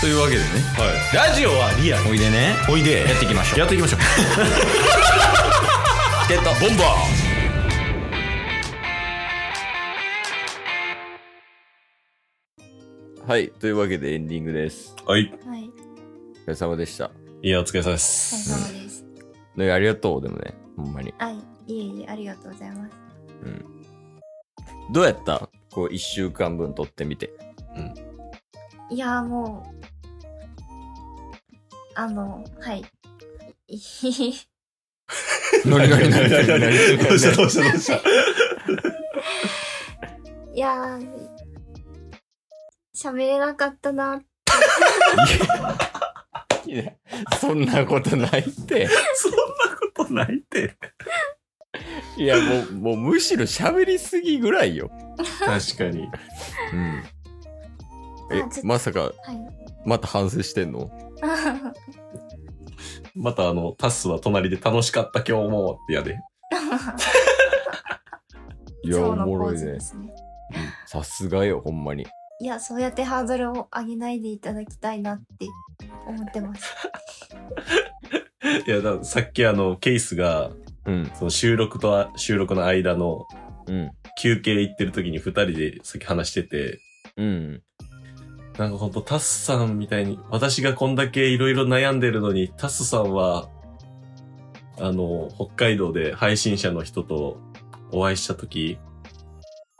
というわけでねラジオはリアルおいでねおいでやっていきましょうやっていきましょうチケットボンバーはい。というわけでエンディングです。はい はい。お疲れ様でした。いやお疲れ様でお疲すれ様です。ね、ありがとう、でもね。ほんまに。はい。いえいえ、ありがとうございます。どうやったこう、一週間分撮ってみ て。いやーもう、あの、はい。 いノリノリノリノリノリどうしたどうしたどうしたいやー、喋れなかったな。いやそんなことないって。そんなことないっていや、もう、もうむしろ喋りすぎぐらいよ。確かにうん。あちょっえ、とまさか、はい。また反省してんのまたあのタスは隣で楽しかった今日もってやでいいや、 つおものもポろーいズねで。すね。さすがよ、ほんまに。いや、そうやってハードルを上げないでいただきたいなって思ってます。 いやだからさっきあのケースがうん、その収録とあ収録の間のうん、休憩行ってる時に二人でさっき話しててうん。なんかほんとタスさんみたいに私がこんだけいろいろ悩んでるのにタスさんはあの北海道で配信者の人とお会いした時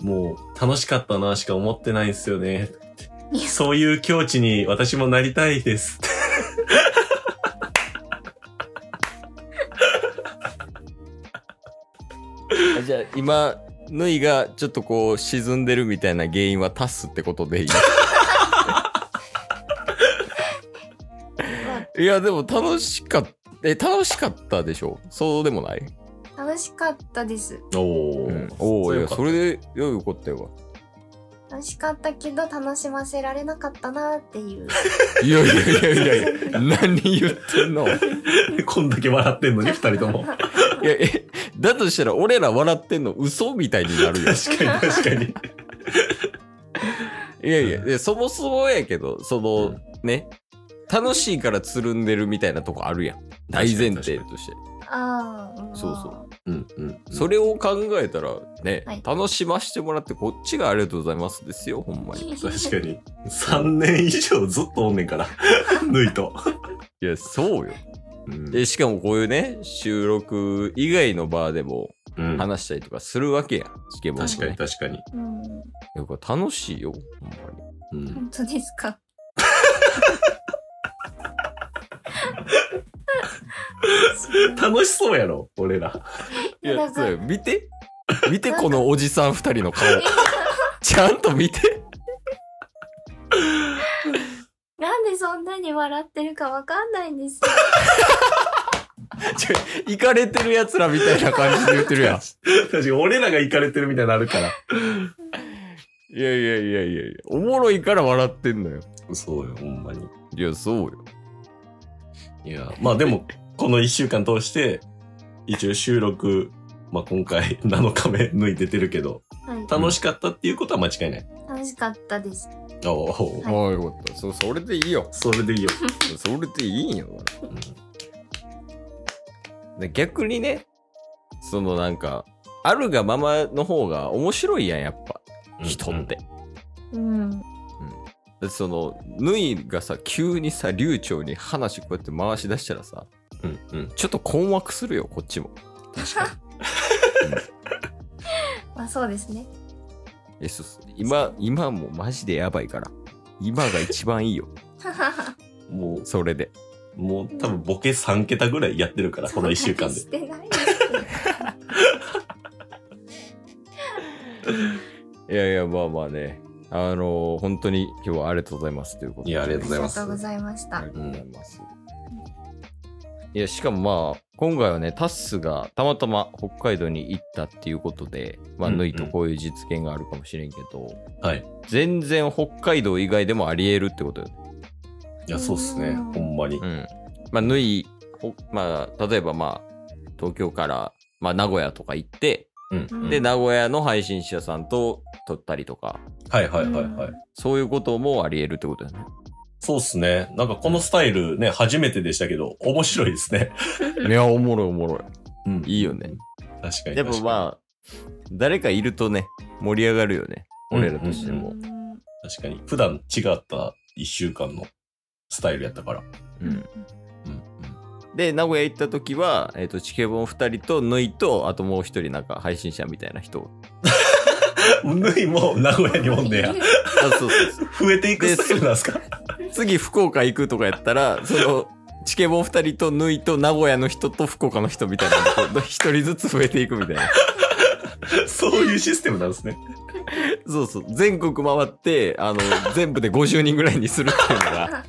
もう楽しかったなしか思ってないんですよねいやそういう境地に私もなりたいです。あじゃあ、今、ぬいがちょっとこう、沈んでるみたいな原因はタスってことでいい いや、でも楽しかった。え、楽しかったでしょそうでもない、楽しかったです。おうん、おお、いや、それ。れで、よよかったよ。楽しかったけど、楽しませられなかったなっ ていう。いやいやいやいやいや、何言ってんのいや、こんだけ笑ってんのに、二人とも。え、だとしたら俺ら笑ってんの嘘みたいになるよ。確かに確かに。いやいや、いやそもそもやけど、その、うんね、楽しいからつるんでるみたいなとこあるやん。大前提として。ああ、そうまあそううんうん。それを考えたらね、はい楽しましてもらって、こっちがありがとうございますですよ、ほんまに。確かに。3年以上ずっとおんねんから。 ぬいと。いや、そうよ。うんで、しかもこういうね、収録以外の場でもうん話したりとかするわけやん。スケボーもね確かに確かに。 うん、いやこれ楽しいよ、ほんまに。うん本当ですか。楽しそうやろ、俺ら。 いいやや、だからそうよ見 て。見て、なんかこのおじさん二人の 顔。ちゃんと見て。なんでそんなに笑ってるかわかんないんですよ。ちょ行かれてる奴らみたいな感じで言ってるやん。確かに、俺らが行かれてるみたいになるから。いやいやいやいやいや、おもろいから笑ってんのよ。そうよ、ほんまに。いや、そうよ。いや、まあでも、この1週間通して、一応収録、まあ今回7日 目抜いててるけど、はい、楽しかったっていうことは間違いない。楽しかったです。おお、ああ、よかった。そ、それでいいよ。それでいいよ。それでいいんよ、これで逆にね、そのなんか、あるがままの方が面白いやん、やっぱ。人って。だうん。ってその、ぬいがさ、急にさ、流暢に話こうやって回し出したらさ、うんうん。ちょっと困惑するよ、こっちも。まあそうですね。え、そうそう今、今もうマジでやばいから。今が一番いいよ、もそれで。う、もう多分ボケ3桁ぐらいやってるから、この1週間でし。てないですけどいやいや、まあまあね。あのー本当に今日はありがとうございますということで。いやありがとうございますありがとうございましあたり。がとうございます。いや、しかもまあ、今回はね、タッスがたまたま北海道に行ったっていうことで、まあ、うんうんぬいとこういう実現があるかもしれんけど、はい。全然北海道以外でもあり得るってことよね。いや、そうっすね。うんほんまにう。ん。まあ、ぬい、ほまあ、例えばまあ、東京から、まあ、名古屋とか行って、うん。うんで、名古屋の配信者さんと撮ったりとか、はいはいはいはい。そういうこともあり得るってことよね。そうっすね。なんかこのスタイルね、初めてでしたけど、面白いですね。いや、おもろいおもろうんい。いいよね。確かに。やっぱあ、まあ、誰かいるとね、盛り上がるよね。俺らとしてうんも。確かに。普段違った一週間のスタイルやったから。うんうん。で、名古屋行った時は、えっ、と、チケボン2人と、ぬいと、あともう一人、なんか、配信者みたいな人。 うん。ぬいも名古屋におんねや。あ、そうそうそう。 増えていくスタイルなんですか 次、福岡行くとかやったら、その、チケボン2人と、ぬいと、名古屋の人と、福岡の人みたいなので、こう一人ずつ増えていくみたいな。そういうシステムなん ですね。 そうそう。全国回って、あの、全部で50人ぐらいにするっていうのが。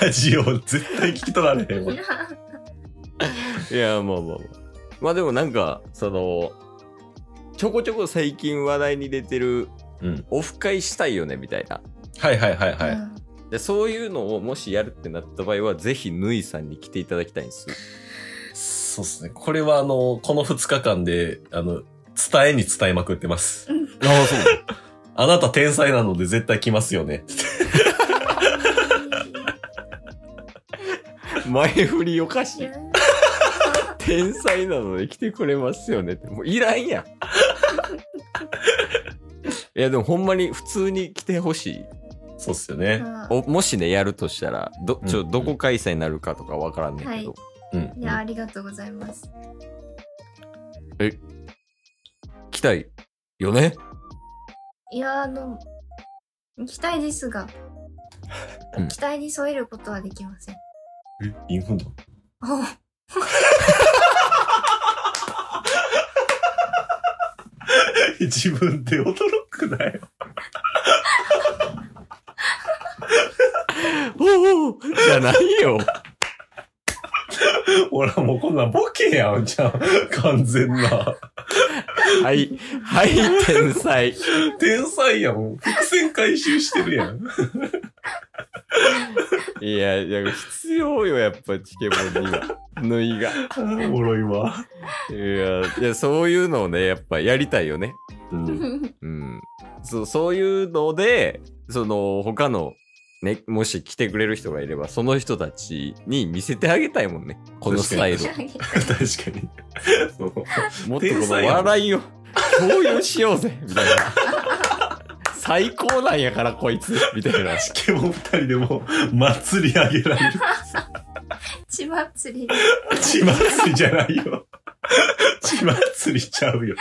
ラジオ絶対聞き取られへんわ。いや、まあまあまあ。まあでもなんか、その、ちょこちょこ最近話題に出てる、うん。オフ会したいよね、みたいな。はいはいはいはい。で、そういうのをもしやるってなった場合は、ぜひ、ぬいさんに来ていただきたいんです。そうですね。これはあの、この2日間で、あの、伝えに伝えまくってます。ああ、そう。あなた天才なので絶対来ますよね。 前振りおかしい。天才なので来てくれますよねって。もういらんやん。いや、でもほんまに普通に来てほしい。そうっすよね。おもしね、やるとしたら、ど、ちょ、うんどこ開催になるかとかわからんねんけど。はいうん。いや、ありがとうございます。来たいよねいや、あの、期待ですがうん、期待に添えることはできません。えインフンだ。あ 自分で驚くなよ。おおじゃないよ俺はもうこんなんボケやん、じゃん。完全な。はい、はい、天才。天才やん。伏線回収してるやん。いや、いや、必要よ、やっぱ、チケボンには。縫いが。あーおもろいわ。いや、いや、そういうのをね、やっぱやりたいよね。うん。うん。そう、そういうので、その、他の、ね、もし来てくれる人がいれば、その人たちに見せてあげたいもんね。このスタイルを。確かに。そうもっとこ天の才やん笑いを共有しようぜ、みたいな。最高なんやから、こいつ、みたいな。チケボン二人でも祭り上げられる。血祭り。血祭りじゃないよ。血祭りちゃうよ。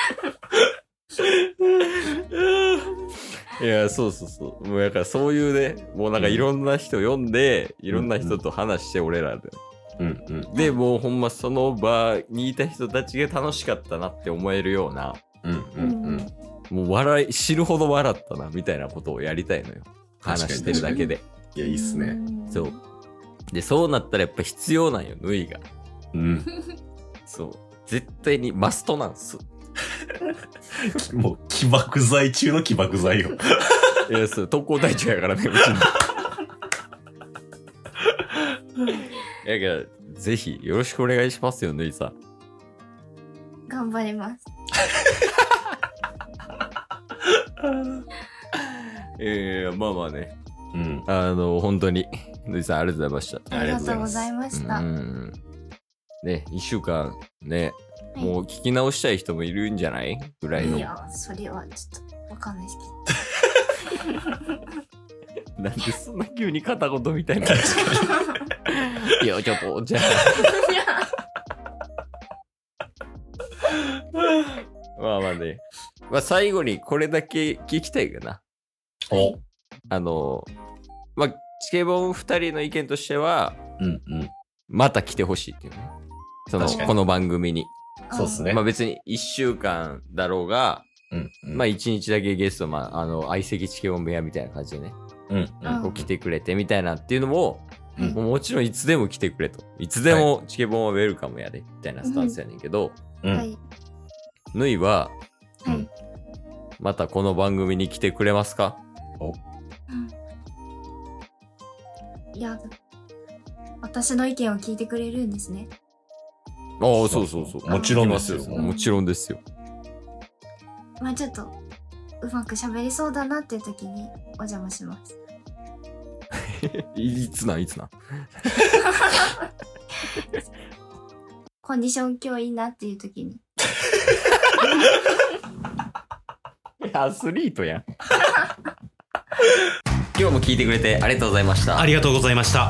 いや、そうそうそう。もうだからそういうね、もうなんかいろんな人読んで、いろんな人と話して、俺らで。うんうんで、もうほんまその場にいた人たちが楽しかったなって思えるような、うんううんもう笑い、知るほど笑ったな、みたいなことをやりたいのよ。話してるだけで。いや、いいっすね。。そう。で、そうなったらやっぱ必要なんよ、ぬいが。うん。そう。絶対にマストなんす。もう起爆剤中の起爆剤よ。いや、そう、特攻隊長やからね、うちの。 いやけど、ぜひよろしくお願いしますよ、ぬいさん。頑張ります。ええまあまあね。うん。あの、本当に、ぬいさん、ありがとうございまし。ありがとうございましたうた。はん。ね、一週間、ね、いもう聞き直したい人もいるんじゃないぐらいの。いなや、それはちょっとわかんないですけど。んでそんな急に片言みたい な。いや、ちょっと、じゃあ。いやまあまあね。まあ最後にこれだけ聞きたいかな。お。あの、まあ、チケボン2人の意見としては、うんうん。また来てほしいっていうね。その、確かにこの番組に。そうっすね。ね。まあ別に1週間だろうが、うんうん。まあ1日だけゲスト、まあ、あの、相席チケボン部屋みたいな感じでね、うんうん。うんこう来てくれてみたいなっていうのも、うんもうもちろんいつでも来てくれと。いつでもチケボンはウェルカムやで、みたいなスタンスやねんけど、うんはい。ぬいは、はい。またこの番組に来てくれますかいや、私の意見を聞いてくれるんですね。ああ、そうそうそう。もちろんですよ。んもちろんですよ。まあちょっと、うまく喋れそうだなっていう時にお邪魔します。いつなんいつなんコンディション今日いいなっていう時に。アスリートやん。 今日も聞いてくれてありがとうございましたあ。りがとうございました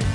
す